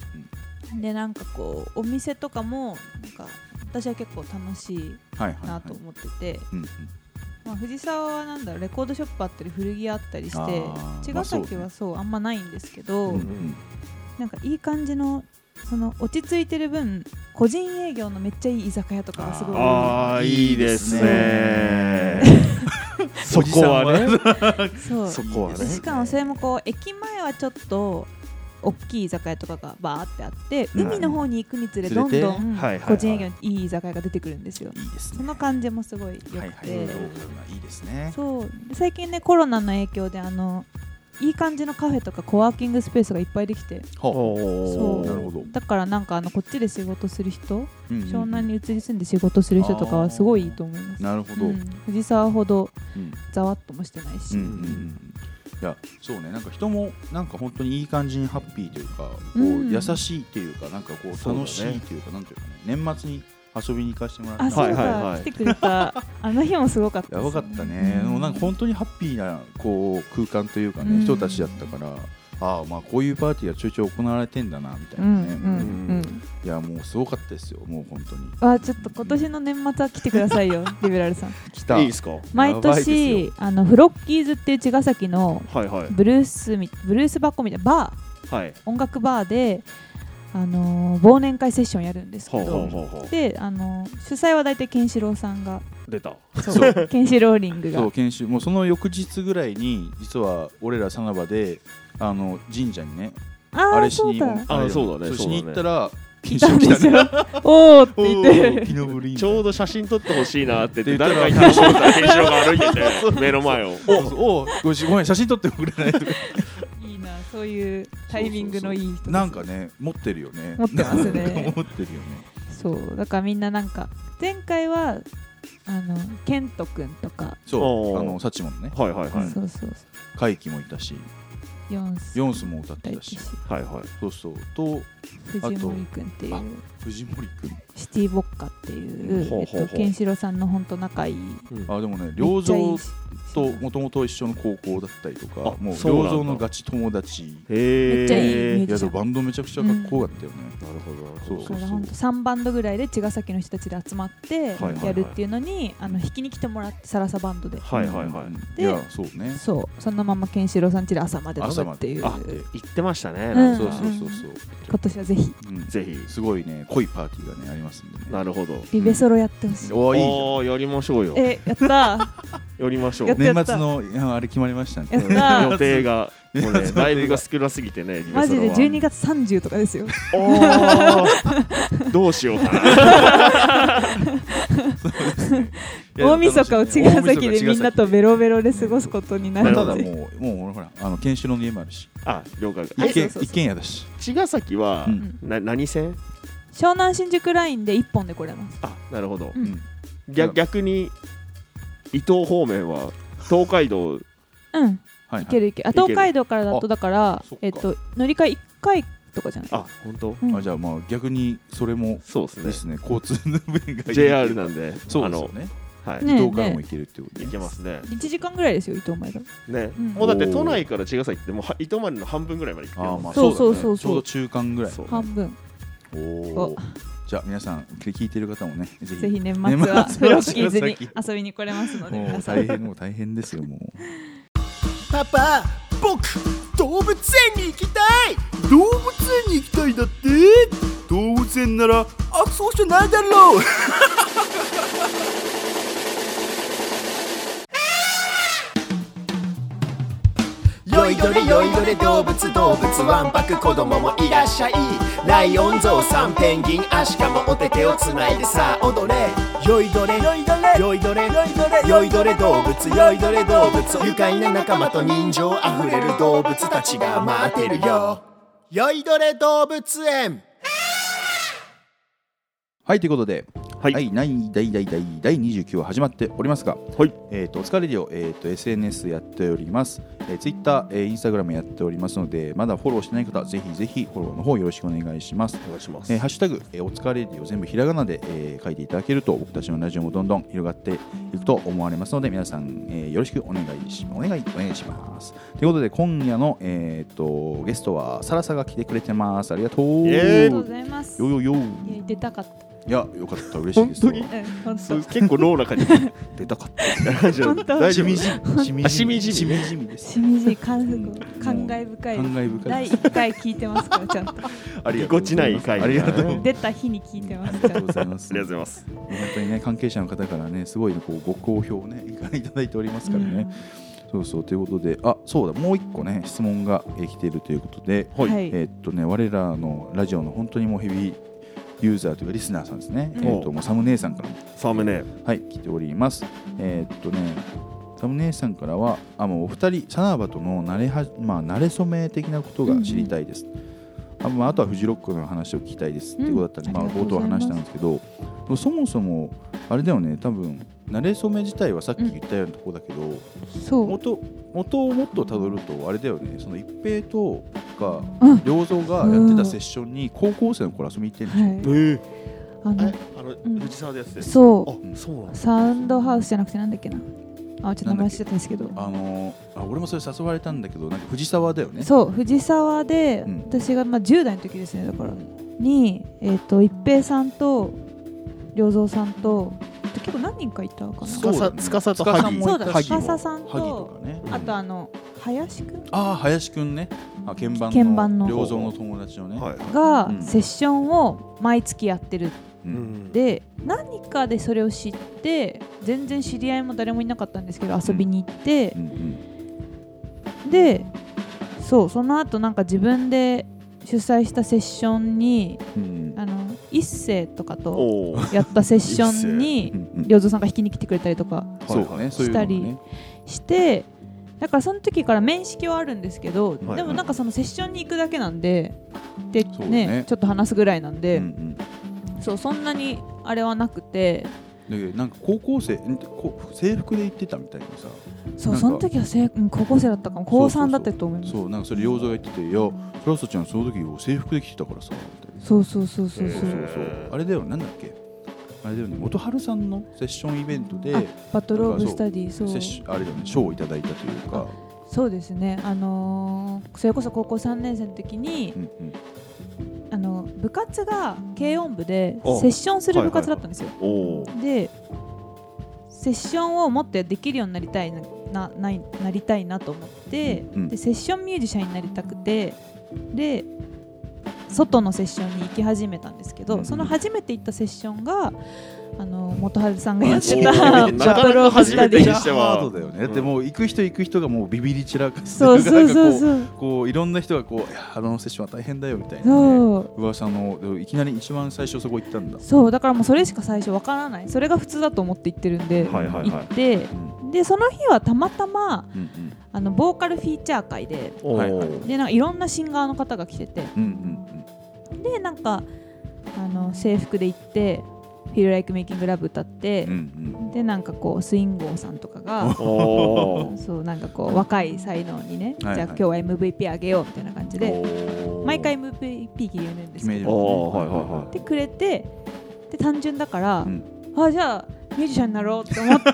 Speaker 1: うん。
Speaker 5: でなんかこうお店とかもなんか私は結構楽しい
Speaker 1: はいはい、はい。
Speaker 5: なと思ってて、
Speaker 1: うんうん
Speaker 5: まあ、藤沢はなんだろうレコードショップあったり古着あったりして
Speaker 1: あー
Speaker 5: 茅
Speaker 1: まあ
Speaker 5: ヶ
Speaker 1: そうね
Speaker 5: 崎はそうあんまないんですけど、
Speaker 1: うんうん
Speaker 5: なんかいい感じのその落ち着いてる分個人営業のめっちゃいい居酒屋とかがすごい多
Speaker 2: ああいいですね そこはね
Speaker 5: いそ う
Speaker 2: そこは
Speaker 1: ね
Speaker 5: でしかもそれもこう駅前はちょっと大きい居酒屋とかがバーってあって
Speaker 1: うん
Speaker 5: 海の方に行くにつれ
Speaker 1: 連
Speaker 5: ど
Speaker 1: れ
Speaker 5: ん
Speaker 1: て
Speaker 5: どん
Speaker 2: はいはいはい
Speaker 5: 個人営業にいい居酒屋が出てくるんですよ
Speaker 1: いいです
Speaker 5: そ
Speaker 1: ね
Speaker 5: の感じもすごい良くて、
Speaker 1: はいはいローカルないいですね
Speaker 5: そうで最近ねコロナの影響であのいい感じのカフェとかコワーキングスペースがいっぱいできて
Speaker 1: ほ
Speaker 5: そう
Speaker 1: なるほど
Speaker 5: だからなんかあのこっちで仕事する人
Speaker 1: うんうん
Speaker 5: 湘南に移り住んで仕事する人とかはすごいいいと思います、
Speaker 1: なるほど
Speaker 5: う
Speaker 1: うん
Speaker 5: ん、藤沢ほど
Speaker 1: うん
Speaker 5: ざわっともしてないし、
Speaker 1: うんうんいやそうねなんか人もなんか本当にいい感じにハッピーというかこう
Speaker 5: うん
Speaker 1: 優しいというかなんかこ
Speaker 2: そう
Speaker 1: う
Speaker 2: だね
Speaker 1: 楽しいというかなんていうかね年末に遊びに行かせてもらった
Speaker 5: あそうだ、
Speaker 2: はいはいはい
Speaker 5: 来てく れたあの日もすごかったです
Speaker 1: や
Speaker 5: ね
Speaker 1: ばかったね、
Speaker 5: う
Speaker 1: でもなんか本当にハッピーなこう空間というかね、
Speaker 5: うん
Speaker 1: 人たちだったからああまあこういうパーティーがちょいちょい行われてんだなみたいうなんね、
Speaker 5: うんうん
Speaker 1: いやもうすごかったですよもう本当に
Speaker 5: あちょっと今年の年末は来てください よリベラルさん
Speaker 1: 来た
Speaker 2: いいですかは
Speaker 5: 毎
Speaker 1: やばいです
Speaker 5: 年あのフロッキーズっていう茅ヶ崎の
Speaker 2: いはい
Speaker 5: ブルースみブルース箱みたいなバー
Speaker 2: はい
Speaker 5: 音楽バーで、あのー忘年会セッションやるんですけ
Speaker 2: ほう
Speaker 5: ど、
Speaker 2: ほうほうほ
Speaker 5: で、あのー主催は大体ケンシロウさんが
Speaker 2: う出た
Speaker 5: そうケンシロウリング
Speaker 1: そ
Speaker 5: が
Speaker 1: う研修もうその翌日ぐらいに実は俺らさなばであの神社にね
Speaker 5: あ
Speaker 1: あ
Speaker 5: あ
Speaker 1: れし
Speaker 5: そう
Speaker 1: に
Speaker 5: だ
Speaker 2: あ
Speaker 1: れ
Speaker 2: そうだね
Speaker 1: しに行った
Speaker 2: そう
Speaker 1: ら
Speaker 5: い
Speaker 1: 研
Speaker 5: たん
Speaker 1: 修来
Speaker 5: で
Speaker 1: た
Speaker 5: す
Speaker 1: ね
Speaker 5: よおーって
Speaker 1: お
Speaker 5: 言
Speaker 1: ー
Speaker 5: って
Speaker 1: 木のぶり
Speaker 2: ちょうど写真撮ってほしいなって言って
Speaker 1: って
Speaker 2: 誰か
Speaker 1: 言
Speaker 2: に楽
Speaker 1: った
Speaker 2: し そうな編集が歩いてて目の前を
Speaker 1: おおごめんごめん写真撮ってくれない とか
Speaker 5: いいなそういうタイミングのいい人です
Speaker 1: なんかね持ってるよね
Speaker 5: 持ってま
Speaker 1: 持っ
Speaker 5: すね
Speaker 1: てるよね
Speaker 5: そうだからみんななんか前回はあのケントくんとか、
Speaker 1: そう
Speaker 2: おー
Speaker 1: あのサチモンね
Speaker 2: はいはいはい
Speaker 5: そうそうそ
Speaker 1: 怪奇もいたし
Speaker 5: うヨンス
Speaker 1: ヨンスも歌って
Speaker 5: 大
Speaker 1: たし
Speaker 5: 吉
Speaker 2: はいはい
Speaker 1: そうそうと
Speaker 5: 藤森くんっていう
Speaker 1: あ藤森くん
Speaker 5: シティボッカっていう、
Speaker 2: ほうほうほう
Speaker 5: えっと、ケンシロウさんの本当仲いい
Speaker 1: あでもね
Speaker 5: め
Speaker 1: 良
Speaker 5: っちゃい
Speaker 1: 三
Speaker 5: いし
Speaker 1: ともともと一緒の高校だったりとか
Speaker 2: あ
Speaker 1: もう
Speaker 2: そうなん
Speaker 1: 良
Speaker 2: だ
Speaker 1: 三のガチ友達
Speaker 2: へえ
Speaker 5: めっちゃいいミュージ
Speaker 1: いやでもバンドめちゃくちゃかっこよかったよね、
Speaker 2: なるほどなるほ
Speaker 1: そう
Speaker 2: ど
Speaker 1: そう
Speaker 5: だからほんと3バンドぐらいで茅ヶ崎の人たちで集まって
Speaker 2: はいはいはい
Speaker 5: やるっていうのに、あの弾きに来てもらってサラサバンドで、
Speaker 2: はいはいはい
Speaker 1: い
Speaker 5: で
Speaker 1: いやそうね
Speaker 5: そうそのままケンシロウさん家で朝まで飲むっていう
Speaker 1: 朝まで
Speaker 5: 今
Speaker 2: 言ってましたね
Speaker 5: うん
Speaker 1: そうそうそうそう、
Speaker 5: 年はぜひ
Speaker 1: うん
Speaker 2: ぜひ
Speaker 1: すごいね濃いパーティーがねありますんでね
Speaker 2: なるほど
Speaker 5: リベソロやってほしい、
Speaker 1: おーいいじ
Speaker 2: おーやりましょうよ
Speaker 5: えやったー
Speaker 2: やりましょう
Speaker 1: ゃ
Speaker 5: やっ
Speaker 1: ん
Speaker 5: て
Speaker 1: 年末のいやあれ決まりましたね
Speaker 5: やっ
Speaker 1: うん
Speaker 5: た
Speaker 2: 予定がもう
Speaker 1: 予
Speaker 2: ね
Speaker 1: 定が
Speaker 2: ライブが少なすぎてね
Speaker 5: マジで
Speaker 2: リベ
Speaker 5: 12月30とかですよ
Speaker 2: ソロはおーどうしようかな
Speaker 5: 大晦日を茅ヶ崎でみんなとベ
Speaker 1: ロ
Speaker 5: ロベロで過ごすことにな
Speaker 1: た
Speaker 5: る
Speaker 1: だも
Speaker 5: の で
Speaker 1: うもうほらあの研修の家もあるし
Speaker 2: あ了解
Speaker 5: はい
Speaker 1: 一軒
Speaker 5: そうそうそう
Speaker 1: 一軒家だし
Speaker 2: 茅ヶ崎は
Speaker 1: うん
Speaker 2: な何線
Speaker 5: 湘南新宿ラインで1本で来れます
Speaker 2: あなるほど
Speaker 5: う、ん
Speaker 1: う
Speaker 2: 逆
Speaker 1: ん
Speaker 2: 逆に伊東方面は東海道
Speaker 5: うん、
Speaker 1: はい
Speaker 5: いけるいけるあ
Speaker 2: いける
Speaker 5: 東海道からだとだから
Speaker 1: そっか
Speaker 5: えっと乗り換え1回とかじゃない
Speaker 2: あ本当
Speaker 5: うん
Speaker 1: あじゃあまあ逆にそれも
Speaker 2: そうで
Speaker 1: ですす
Speaker 2: ね
Speaker 1: ね交通の便がいい
Speaker 2: JR なんで
Speaker 1: そう
Speaker 2: あ
Speaker 1: ですよ
Speaker 2: の
Speaker 1: ね
Speaker 2: はい、
Speaker 5: ねえ
Speaker 1: 移動からも
Speaker 5: ね
Speaker 1: 行けるってこと
Speaker 2: 行けますね
Speaker 5: 1時間ぐらいですよ伊東前だ
Speaker 2: ね、
Speaker 5: うん
Speaker 2: もうだって都内から茅ヶ崎ってもうは糸満の半分ぐらいまで行ってる
Speaker 1: ああまあ
Speaker 5: そ
Speaker 1: そううだね
Speaker 5: そうそうそう
Speaker 1: ちょうど中間ぐらい
Speaker 2: そう
Speaker 5: 半分
Speaker 1: おお
Speaker 5: お
Speaker 1: じゃあ皆さん聞いてる方もねぜひ
Speaker 5: ぜひ年 末は
Speaker 1: 年末は
Speaker 5: ロ ッキーズに
Speaker 1: 先
Speaker 5: 遊びに来れますので
Speaker 1: も
Speaker 5: 皆
Speaker 1: う
Speaker 5: さん
Speaker 1: 大変もう大変ですよもう
Speaker 6: パパ僕動物園に行きたい動物園に行きたいだって動物園ならあそうじゃないだろうよいどれよいどれ動物動物わんぱく子供もいらっしゃいライオンゾウさんペンギンアシカもお手手をつないでさあ踊れよいどれよいどれよいどれよいどれよいどれ動物よいどれ動物愉快な仲間と人情あふれる動物たちが待ってるよよいどれ動物園
Speaker 1: はいということで、
Speaker 2: はい
Speaker 1: はい、ない第第第第29話始まっておりますが、
Speaker 2: はい
Speaker 1: えー、とお疲れりょう、えー、と SNS やっております、えー、Twitter、えー、Instagram やっておりますのでまだフォローしてない方ぜひぜひフォローの方よろしくお願いします
Speaker 2: お願いします
Speaker 1: えーハッシュタグ、えーお疲れりを全部ひらがなで、えー書いていただけると僕たちのラジオもどんどん広がっていくと思われますので皆さん、えーよろしくお願いしお願いお願いしますということで今夜の、えー、とゲストはサラサが来てくれてますありがとう
Speaker 2: イ
Speaker 5: あり
Speaker 2: エ
Speaker 5: がとう
Speaker 2: ー
Speaker 5: ございます
Speaker 1: よよよ
Speaker 5: いや出たかっ
Speaker 1: いやよかった嬉しいです
Speaker 2: 本当に
Speaker 5: たうん本
Speaker 2: そう
Speaker 5: 当
Speaker 2: 結構ローな感じ
Speaker 1: 出たかった
Speaker 5: 本当
Speaker 2: 大
Speaker 1: し
Speaker 2: 丈
Speaker 1: み
Speaker 2: 夫
Speaker 1: じみしみ
Speaker 2: あしみじみ
Speaker 1: しみじみです
Speaker 5: しみじみ感感慨深い
Speaker 1: 感
Speaker 5: です
Speaker 1: 慨深い
Speaker 5: 第
Speaker 1: です
Speaker 5: 1回聞いてますからちゃ んと
Speaker 1: あり
Speaker 2: ぎ
Speaker 1: がとう
Speaker 2: こ
Speaker 1: ご
Speaker 2: ち
Speaker 1: ざ
Speaker 2: ないい
Speaker 1: ます
Speaker 2: 回
Speaker 1: ありがとうあ
Speaker 5: 出た日に聞いてます
Speaker 1: り
Speaker 5: ち
Speaker 1: が
Speaker 5: ゃ
Speaker 1: とうんご
Speaker 5: と
Speaker 1: ざいます
Speaker 2: ありがとうございます
Speaker 1: 本当にね関係者の方からねすごいこうご好評をねいただいておりますからね、そうそうということであそうだもう一個ね質問がえー来ているということで、
Speaker 5: はい
Speaker 1: えーっとね我らのラジオの本当にもうヘビーユーザーというかリスナーさんですね、
Speaker 2: うん
Speaker 1: えーっともうサム姉さんからも
Speaker 2: サムネ
Speaker 1: はい、来ております。えーっとね、サムネさんからは、あもうお二人、サナバとの慣れは、まあ、慣れ初め的なことが知りたいです。あまあ、あとはフジロックの話を聞きたいですっていうことだったんで、
Speaker 5: うん
Speaker 1: まあ、冒頭は
Speaker 5: ありがとうございま
Speaker 1: 話
Speaker 5: す
Speaker 1: したんですけど、でもそもそも、あれだよね、多分慣れ初め自体はさっき言ったようなとこだけど、
Speaker 5: そう
Speaker 1: 元元をもっとたどると、あれだよね、その一平とか
Speaker 5: うん、
Speaker 1: 良三がやってたセッションに、高校生の頃遊びに行ってるんでしょ。
Speaker 5: はい
Speaker 2: え
Speaker 5: あの
Speaker 2: あの
Speaker 5: ん
Speaker 2: 藤沢でやってたやつ
Speaker 5: そう
Speaker 2: あそうなんだ
Speaker 5: サウンドハウスじゃなくてなんだっけなあちょっと名前知ってたんですけど
Speaker 1: あのーあ俺もそれ誘われたんだけどなんか藤沢だよね
Speaker 5: そう藤沢で、
Speaker 1: うん
Speaker 5: 私がまあ10代の時ですねだからに、えっと一平さんと良三さんと結構何人かいたかな
Speaker 2: 司そうだね司と萩
Speaker 5: そうだ
Speaker 1: 萩も
Speaker 5: 司さんと
Speaker 1: 萩とかね
Speaker 5: あとあの林くん
Speaker 1: ああ林くんねあ鍵盤の
Speaker 5: 鍵盤の
Speaker 1: 良三の友達のね、
Speaker 2: はい
Speaker 5: が
Speaker 1: うん
Speaker 5: セッションを毎月やってる
Speaker 1: う
Speaker 2: うんん
Speaker 5: で何かでそれを知って全然知り合いも誰もいなかったんですけど遊びに行って、
Speaker 1: うんうん
Speaker 5: でそうその後なんか自分で主催したセッションに
Speaker 1: うん
Speaker 5: あの一世とかと
Speaker 2: おお
Speaker 5: やったセッションに
Speaker 1: うんうん
Speaker 5: 良三さんが弾きに来てくれたりとか
Speaker 1: そうねそういうの
Speaker 5: した
Speaker 1: が
Speaker 5: り
Speaker 1: ね
Speaker 5: してだからその時から面識はあるんですけど、
Speaker 2: はい
Speaker 5: でもなんかそのセッションに行くだけなんでで、
Speaker 1: そう
Speaker 5: ね
Speaker 1: ね
Speaker 5: ちょっと話すぐらいな
Speaker 1: う
Speaker 5: ん
Speaker 1: ん
Speaker 5: で、
Speaker 1: うんだ
Speaker 5: そうそんなにあれはなくて
Speaker 1: けどなんか高校生んこう制服で行ってたみたいなさ
Speaker 5: そ
Speaker 1: なんか
Speaker 5: うその時はせい、うん、高校生だったかも高
Speaker 1: そうそうそう
Speaker 5: 3だったと思います
Speaker 1: そうなんかそれ良三が言ってて「いやフラストちゃんその時お制服で来てたからさ」みたいな
Speaker 5: そうそうそうそうそう、
Speaker 1: そうそうあれだよなんだっけあれだよね元春さんのセッションイベントで
Speaker 5: あバトルオブスタディそう
Speaker 1: 接種あれだよね賞をいただいたというか、
Speaker 5: そうですねあのーそれこそ高校3年生の時に
Speaker 1: う、んうん、
Speaker 5: あの部活が軽音部で
Speaker 2: あ
Speaker 5: セッションする部活だったんですよ、
Speaker 2: おお
Speaker 5: でセッションをもっとできるようになりたいななないなりたいなと思って、
Speaker 1: うんうん
Speaker 5: でセッションミュージシャンになりたくてで外のセッションに行き始めたんですけど、
Speaker 1: うんうん
Speaker 5: その初めて行ったセッションがあの元春さんがやって
Speaker 2: お
Speaker 5: た
Speaker 2: ーなかなか初めてにしては
Speaker 1: ハードだよね、だってもう行く人行く人がもうビビり散らかす
Speaker 5: そうそうそう
Speaker 1: う
Speaker 5: そう
Speaker 1: こういろんな人がこういやあのセッションは大変だよみたいな、ね、
Speaker 5: そう
Speaker 1: 噂のでもいきなり一番最初そこ行ったんだ、
Speaker 5: そうだからもうそれしか最初わからないそれが普通だと思って行ってるんで、
Speaker 2: はいはい
Speaker 5: 行
Speaker 2: は
Speaker 5: っ
Speaker 2: い
Speaker 5: て
Speaker 1: うん
Speaker 5: でその日はたまたま
Speaker 1: うんうん
Speaker 5: あのボーカルフィーチャー会で
Speaker 2: お
Speaker 1: はいは
Speaker 2: お
Speaker 1: い
Speaker 5: でなんかいろんなシンガーの方が来てて
Speaker 1: うんうん
Speaker 5: でなんかあの制服で行って「Feel Like Making Love」歌って
Speaker 1: う、ん
Speaker 5: でなんかこうスインゴーさんとかが
Speaker 2: おー
Speaker 5: そうなんかこう若い才能にね、
Speaker 1: はい
Speaker 5: じゃあ
Speaker 1: はい
Speaker 5: 今日は MVP あげようみたいな感じ
Speaker 1: うん、
Speaker 5: で
Speaker 1: おー
Speaker 5: 毎回 MVP 決めるんで
Speaker 1: 決
Speaker 5: す
Speaker 1: め
Speaker 5: け
Speaker 1: る
Speaker 5: ど
Speaker 2: おおはいはい
Speaker 5: っ
Speaker 2: は
Speaker 5: てくれてで単純だから、
Speaker 1: うん
Speaker 5: あじゃあミュージシャンになろうと思って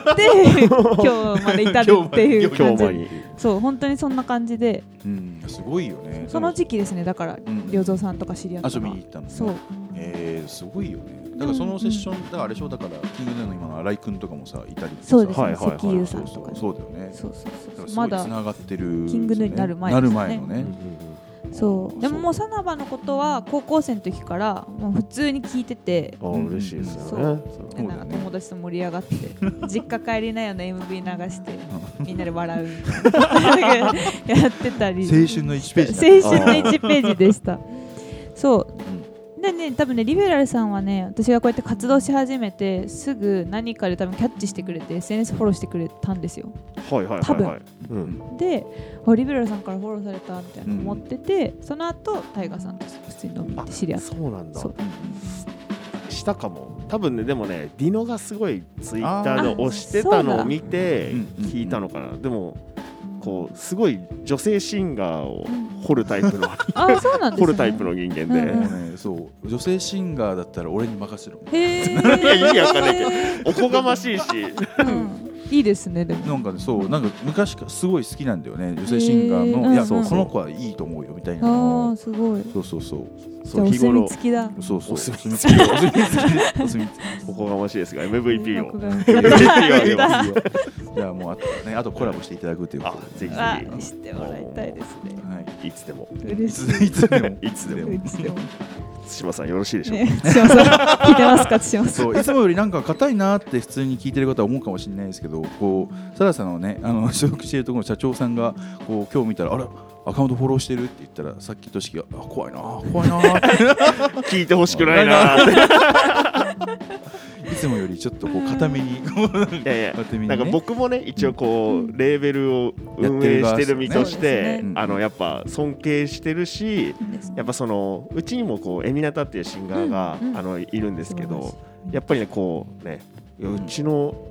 Speaker 5: 今日まで至るってい
Speaker 2: い
Speaker 5: う
Speaker 2: 今
Speaker 5: 感
Speaker 2: 日
Speaker 5: じ
Speaker 2: まに
Speaker 5: そう本当にそんな感じで
Speaker 1: うん、すごいよね
Speaker 5: その時期ですねだから
Speaker 1: うん
Speaker 5: 良三さんとか知り合った
Speaker 1: 遊
Speaker 5: の
Speaker 1: び
Speaker 5: は
Speaker 1: に行ったのね
Speaker 5: そう
Speaker 1: えー、すごいよねだからそのセッション、だからあれでしょだからキングヌーの今の新井君とかもさいたり
Speaker 5: そうですね、
Speaker 2: はいはいはい
Speaker 5: 石油さんと
Speaker 1: そう
Speaker 5: か
Speaker 1: そう
Speaker 5: ね
Speaker 1: そうだよね
Speaker 5: そうそう
Speaker 1: だ
Speaker 5: そう
Speaker 1: からすご
Speaker 5: ま
Speaker 1: いつ
Speaker 5: だ
Speaker 1: ながってる、
Speaker 5: キングヌーになる前
Speaker 1: な
Speaker 5: ですね
Speaker 1: る前のね、
Speaker 5: そうでももう
Speaker 1: そ
Speaker 5: さなばのことは高校生の時からもう普通に聞いてて
Speaker 2: あー嬉しいですよねそれ
Speaker 1: そうだ
Speaker 5: な
Speaker 1: ね
Speaker 5: んか友達と盛り上が って実家帰りなよの MV 流してみんな で笑うみたいなやってたり
Speaker 1: 青春の1ページだ
Speaker 5: 青春の1ページでしたそうでね多分ねリベラルさんはね私がこうやって活動し始めてすぐ何かで多分キャッチしてくれて SNS フォローしてくれたんですよ
Speaker 2: はいはい
Speaker 5: 多
Speaker 2: はい
Speaker 5: 分
Speaker 2: はいうん
Speaker 5: であリベラルさんからフォローされたみたいな思ってて、その後タイガーさんと普通に飲みに行って知り合った
Speaker 2: そうなんだ
Speaker 5: そう
Speaker 2: したかも多分ねでもねディノがすごいツイッターで押してたのを見て
Speaker 1: うんうん
Speaker 2: 聞いたのかなでもこうすごい女性シンガーを掘るタイプ の
Speaker 5: あそうなんです
Speaker 2: 掘
Speaker 5: ね
Speaker 2: るタイプの人間で、
Speaker 5: うんうん
Speaker 1: もうねそう女性シンガーだったら俺に任せろ
Speaker 5: へえ
Speaker 2: いや意味わかんないけおこがましいし
Speaker 5: うんいいですねでも
Speaker 1: なんかねそうなんか昔からすごい好きなんだよね女性シンガーの、
Speaker 5: へー
Speaker 1: いや
Speaker 5: うんうん
Speaker 1: この子はいいと思うよみたいな
Speaker 5: あ
Speaker 1: の
Speaker 5: あ
Speaker 1: を
Speaker 5: すごい
Speaker 1: そうそうそう
Speaker 5: じ
Speaker 2: そう
Speaker 5: ゃあお
Speaker 2: 日
Speaker 5: 墨
Speaker 2: 頃
Speaker 5: 付きだ
Speaker 1: そうそう
Speaker 2: お墨
Speaker 1: お墨付きお墨付き
Speaker 2: おこがましいですが MVP を
Speaker 5: を
Speaker 2: MVP を
Speaker 5: だ
Speaker 1: じゃあもうあと,、ね、あとコラボしていただくということで、ね、
Speaker 2: あ
Speaker 5: あ
Speaker 2: ぜひぜ
Speaker 5: 知ってもらいたいですね
Speaker 1: はい
Speaker 2: いつでも
Speaker 1: い
Speaker 5: 嬉し
Speaker 1: ついつでも
Speaker 2: いつでも
Speaker 5: いつでも
Speaker 2: 対馬さんよろしいでしょうか、
Speaker 5: ね千代さん聞いてますか千代さん
Speaker 1: そういつもよりなんか硬いなって普通に聞いてる方は思うかもしれないですけどこうサラさんのねあの所属しているところの社長さんがこう今日見たらあらアカウントフォローしてるって言ったらさっきとしきがあ怖いな怖いなって
Speaker 2: 聞いてほしくないな ーっ
Speaker 1: いつもよりちょっとこう硬めにこう
Speaker 2: ていやいや
Speaker 1: 硬めに、
Speaker 2: な
Speaker 1: ね、
Speaker 2: んか僕もね一応こうレーベルを運営してる身とし
Speaker 5: やってる側で
Speaker 2: て
Speaker 5: す
Speaker 1: ね
Speaker 2: あのやっぱ尊敬してるしやっぱそのうちにもこうエミナタっていうシンガーが
Speaker 5: うんうん
Speaker 2: あのいるんですけ
Speaker 5: 素
Speaker 2: どやっぱりねこうねいやうちの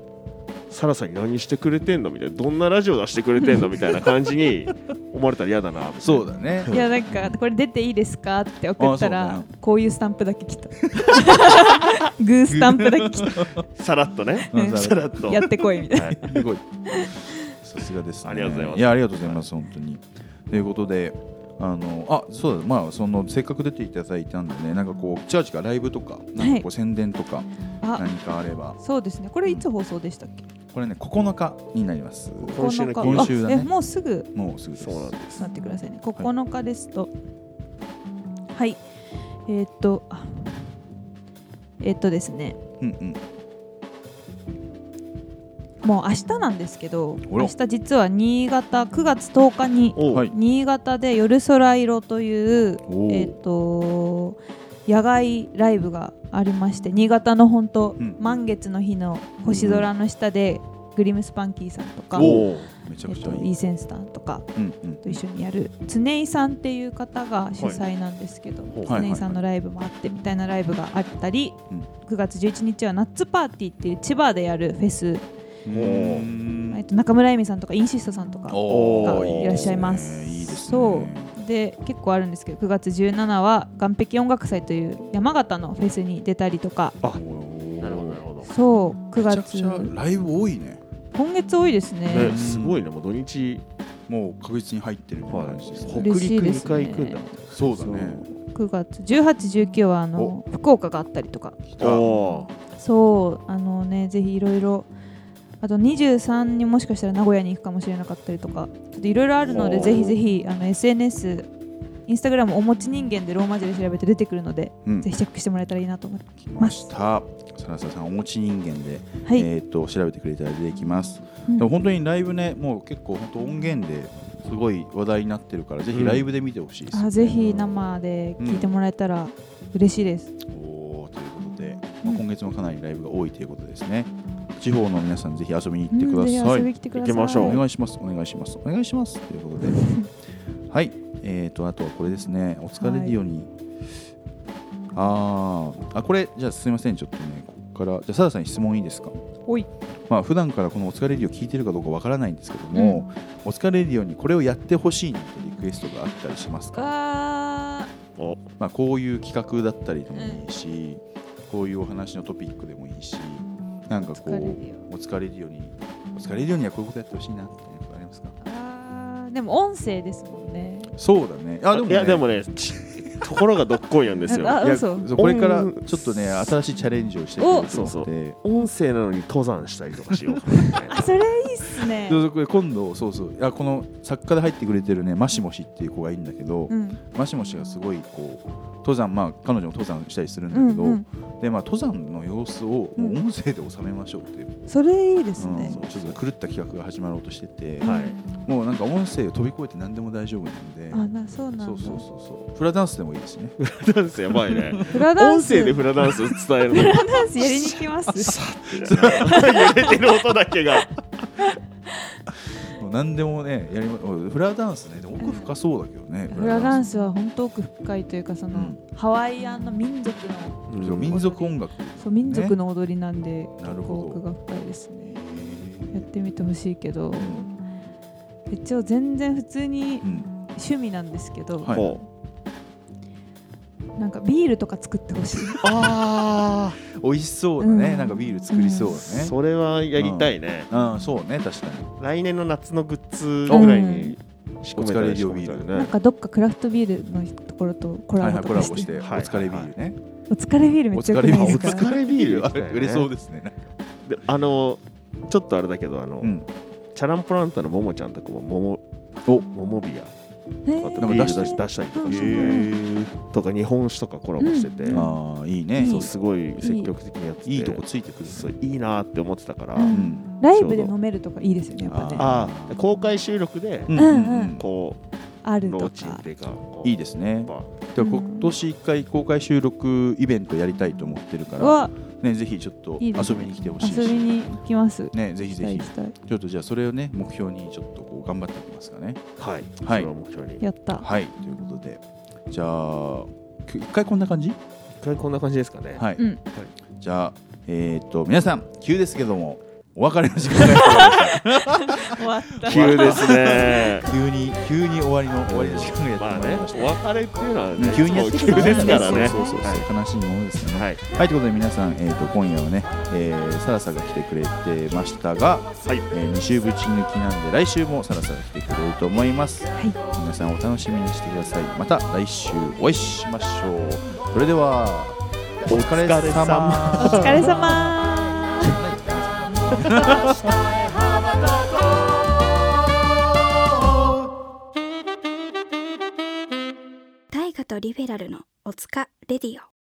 Speaker 2: サラさんに何してくれてんのみたいなどんなラジオ出してくれてんのみたいな感じに思われたら嫌だな
Speaker 1: そうだね
Speaker 5: いやなんかこれ出ていいですかって送った
Speaker 1: あそ
Speaker 5: ら
Speaker 1: う
Speaker 5: こういうスタンプだけ来 たグースタンプだけ来た
Speaker 2: さらっとね
Speaker 1: うん
Speaker 2: さらっと
Speaker 5: やってこいみたいな
Speaker 2: はい
Speaker 1: すごい。さすがです、ね。
Speaker 2: ありがとうございます
Speaker 1: いや、ありがとうございます、本当に。ということで、あの、あ、そうだ、まあ、その、せっかく出ていただいたんでね、なんかこう、チャージがライブとか、なんかこう、宣伝とか、
Speaker 5: あ
Speaker 1: 何かあれば。
Speaker 5: そうですねこれいつ放送でしたっけ
Speaker 1: これね、9日になります。
Speaker 2: 今週の
Speaker 5: 9日
Speaker 2: 金
Speaker 1: 今週だね
Speaker 5: あえもうすぐ
Speaker 1: もうすぐです。
Speaker 2: そうなんです
Speaker 5: 待ってくださいね9日ですとはいえーっとあえーっとですね
Speaker 1: うんうん。
Speaker 5: もう明日なんですけど
Speaker 1: あら
Speaker 5: 明日実は新潟9月10日に
Speaker 2: おう
Speaker 1: はい
Speaker 5: 新潟で「夜空色」という
Speaker 1: おお
Speaker 5: えっと野外ライブがありまして新潟の本当、
Speaker 1: うん
Speaker 5: 満月の日の星空の下で、グリムスパンキーさんとか、え
Speaker 2: おう
Speaker 1: めちゃ
Speaker 5: っ
Speaker 1: くちゃ
Speaker 5: と、
Speaker 1: い
Speaker 5: イー
Speaker 1: い。
Speaker 5: センスタンとか
Speaker 1: うんうん。
Speaker 5: と一緒にやる常井さんっていう方が主催なんですけど、
Speaker 2: い
Speaker 5: 常井さんのライブもあってみたいなライブがあったり、
Speaker 1: うん
Speaker 5: 9月11日はナッツパーティーっていう千葉でやるフェス、
Speaker 1: お
Speaker 5: えっと、中村恵美さんとかインシストさんとか
Speaker 1: お
Speaker 5: が
Speaker 1: ー
Speaker 5: いらっしゃいます。
Speaker 1: いいですね。
Speaker 5: そうで結構あるんですけど9月17は岸壁音楽祭という山形のフェスに出たりとか
Speaker 1: おー
Speaker 2: なるほどなるほど
Speaker 5: そう9
Speaker 1: めちゃくちゃ
Speaker 5: 月
Speaker 1: ライブ多いね。
Speaker 5: 今月多いですね
Speaker 2: ねすごいねもう土日
Speaker 1: もう確実に入ってるみたいな感じです
Speaker 2: 北
Speaker 1: ね。
Speaker 5: い
Speaker 2: 陸
Speaker 5: 嬉しいです
Speaker 2: 2
Speaker 5: ね
Speaker 2: 回行くんだ
Speaker 1: そうだね。
Speaker 5: 9月1819はあの福岡があったりとか
Speaker 2: お
Speaker 5: そうあのねぜひいろいろあと23にもしかしたら名古屋に行くかもしれなかったりとかちょっといろいろあるので
Speaker 2: おー
Speaker 5: ぜひぜひあの SNS インスタグラムおもち人間でローマ字で調べて出てくるので、
Speaker 1: うん
Speaker 5: ぜひチェックしてもらえたらいいなと思って
Speaker 1: 来ました。サラサさんお持ち人間で、
Speaker 5: はい、
Speaker 1: えっ、と調べてくれたら出てきます。
Speaker 5: うん
Speaker 1: でも本当にライブね、もう結構本当音源ですごい話題になってるから、ぜひライブで見てほしいです、
Speaker 5: あぜひ生で聞いてもらえたら嬉しいです。
Speaker 1: おーということで、まあ
Speaker 5: うん
Speaker 1: 今月もかなりライブが多いということですね。地方の皆さんぜひ遊びに行って
Speaker 5: うん
Speaker 1: くだ
Speaker 5: ぜひ
Speaker 1: さい。
Speaker 5: 遊びに来てくださ
Speaker 2: 行
Speaker 5: い。
Speaker 2: きましょ
Speaker 1: お
Speaker 2: う
Speaker 1: 願いします、お願いします、お願いしますということ で、はい、えー、と、あとはこれですね、お疲れディオに、あーあこれじゃあすみませんちょっとねここからじゃあサダさんに質問いいですか
Speaker 5: おい
Speaker 1: まあ普段からこの「おつかれレディオ」聞いてるかどうかわからないんですけども「おつかれレディオ」にこれをやってほしいなってリクエストがあったりしますか、
Speaker 5: あ
Speaker 2: お
Speaker 1: まあ、こういう企画だったりでもいいし、こういうお話のトピックでもいいしなんかこ
Speaker 5: お疲れレデ
Speaker 1: う「おつかれレディオ」に「おつかれレディオ」にはこういうことやってほしいなみたいなことありますか
Speaker 5: あーでも音声ですもんね
Speaker 1: そうだねあでもね
Speaker 2: いやでもねちところがどっこいなんですよ
Speaker 5: あ
Speaker 1: いや
Speaker 5: 嘘
Speaker 1: そうこれからちょっとね新しいチャレンジをしていこうと
Speaker 2: お
Speaker 1: 思って。
Speaker 2: 音声なのに登山したりとかしよう
Speaker 5: あそれいいっすね
Speaker 1: そうそうこれ今度そうそうあこの作家で入ってくれてるねマシモシっていう子がいいんだけど、
Speaker 5: うん
Speaker 1: マシモシがすごいこう登山まあ彼女も登山したりするんだ
Speaker 5: う
Speaker 1: け
Speaker 5: ん
Speaker 1: ど、
Speaker 5: うん
Speaker 1: でまあ登山の様子をもう音声で収めましょうっていう、
Speaker 5: それいいです
Speaker 1: うん
Speaker 5: ね
Speaker 1: そうちょっと狂った企画が始まろうとしてて、
Speaker 2: はい
Speaker 1: もうなんか音声を飛び越えて何でも大丈夫なんで。
Speaker 5: あなそうな
Speaker 1: そ
Speaker 5: ん
Speaker 1: うそう
Speaker 5: だ
Speaker 1: そうそうフラダンスでもいいですね
Speaker 2: ダンスやばいね
Speaker 5: フラダン
Speaker 2: 音
Speaker 5: ス
Speaker 2: 声でフラダンス伝えるの
Speaker 5: フラダンスやりに行きます
Speaker 2: 揺れてる音だけが
Speaker 1: もう何でもねやりまフラダンスねでも奥深そうだけどね、
Speaker 5: フラダン
Speaker 1: ス
Speaker 5: スは本当奥深いというかそうの
Speaker 1: ん
Speaker 5: ハワイアンの民族の
Speaker 1: そう民族音楽、
Speaker 5: そう民族の踊りなんで
Speaker 1: な
Speaker 5: 結
Speaker 1: る
Speaker 5: 構
Speaker 1: ほ
Speaker 5: 奥
Speaker 1: ど
Speaker 5: が深いですね
Speaker 1: へー
Speaker 5: やってみてほしいけ
Speaker 1: う
Speaker 5: ど
Speaker 1: ん
Speaker 5: 一応全然普通に
Speaker 1: うん
Speaker 5: 趣味なんですけど
Speaker 1: はい
Speaker 2: ほ
Speaker 5: なんかビールとか作ってほしい
Speaker 1: あー美味しそうだね、
Speaker 5: うん
Speaker 1: なんかビール作りそうだ
Speaker 2: う
Speaker 1: ね、
Speaker 2: それはやりたいね
Speaker 1: うんそうね確かに
Speaker 2: 来年の夏のグッズぐらいに仕込めた
Speaker 1: お疲れ
Speaker 2: り
Speaker 1: 料ビール
Speaker 2: 仕込めた
Speaker 5: な
Speaker 2: ら
Speaker 5: んかどっかクラフトビールのところとコ
Speaker 1: は
Speaker 5: ラ
Speaker 1: いはい
Speaker 5: ボ
Speaker 1: コ
Speaker 5: とか
Speaker 1: ラ
Speaker 5: し
Speaker 1: ボしててお
Speaker 2: はい
Speaker 1: 疲れビールね、
Speaker 5: お疲れビールめっちゃ良くないです
Speaker 2: お
Speaker 5: か
Speaker 2: 疲れビール
Speaker 1: あれ売れそうですね
Speaker 2: であのちょっとあれだけどあの、
Speaker 1: うん
Speaker 2: チャランポランタのももちゃんとかももも
Speaker 1: お
Speaker 2: ももビアと
Speaker 5: え
Speaker 2: かって
Speaker 1: なんか
Speaker 2: ビール
Speaker 1: 出した
Speaker 2: 出し出したりとかしてて、
Speaker 1: へ
Speaker 2: とか日本酒とかコラボしてて、
Speaker 5: うん
Speaker 1: ああいいね
Speaker 2: そ
Speaker 1: そうう
Speaker 2: すごい積極的にやってて
Speaker 1: いいとこついてくるね
Speaker 2: そういいなーって思ってたから、
Speaker 5: うん
Speaker 1: ん
Speaker 5: ライブで飲めるとかいいですよねやっぱね
Speaker 1: あ
Speaker 5: あ
Speaker 2: あー公開収録で、
Speaker 1: うんん
Speaker 5: うん
Speaker 1: うん
Speaker 2: こう
Speaker 5: る
Speaker 2: ロー
Speaker 5: と
Speaker 2: チンっ
Speaker 5: か
Speaker 2: ていうかこう
Speaker 1: いいですね
Speaker 2: やっ
Speaker 1: では今年一回公開収録イベントやりたいと思ってるから
Speaker 5: は
Speaker 1: ねぜひちょっと
Speaker 5: いいです
Speaker 1: 遊
Speaker 5: ね
Speaker 1: びに来てほしい
Speaker 5: 遊び
Speaker 1: し
Speaker 5: に行きます
Speaker 1: ねぜひ
Speaker 5: 期
Speaker 1: ぜ
Speaker 5: 待
Speaker 1: ひ
Speaker 5: したい
Speaker 1: ちょっとじゃあそれをね目標にちょっとこう頑張っていきますかね
Speaker 2: ぱはい、
Speaker 1: はい
Speaker 2: それを目標に一
Speaker 5: やった
Speaker 1: はいということでじゃあき一回こんな感じ
Speaker 2: 回こんな感じですかね、
Speaker 1: はい、
Speaker 5: うん
Speaker 1: じゃあえーっと皆さん急ですけどもお別れの時間がやってまいりました
Speaker 5: 終わった
Speaker 2: 急ですね
Speaker 1: 急に急に終わりの終わりの時間が
Speaker 2: ま
Speaker 1: や
Speaker 2: あ
Speaker 1: ってまい
Speaker 2: ね
Speaker 1: りまし
Speaker 2: お別れっていうのは
Speaker 1: た、
Speaker 2: ね
Speaker 1: 急にやってき
Speaker 2: 急
Speaker 1: た
Speaker 2: ですからね
Speaker 1: そうそうそうそう悲しいものですよね
Speaker 2: はい
Speaker 1: はいということで皆さん、えー、と今夜はね、えー、サラサが来てくれてましたが、はいえー、2週ぶち抜きなんで来週もサラサが来てくれると思います、
Speaker 5: はい
Speaker 1: 皆さんお楽しみにしてくださいまた来週お会いしましょうそれではお疲れ
Speaker 2: お疲れ様
Speaker 1: 様
Speaker 5: お疲れ様
Speaker 4: 大河とリベラルのおつかレディオ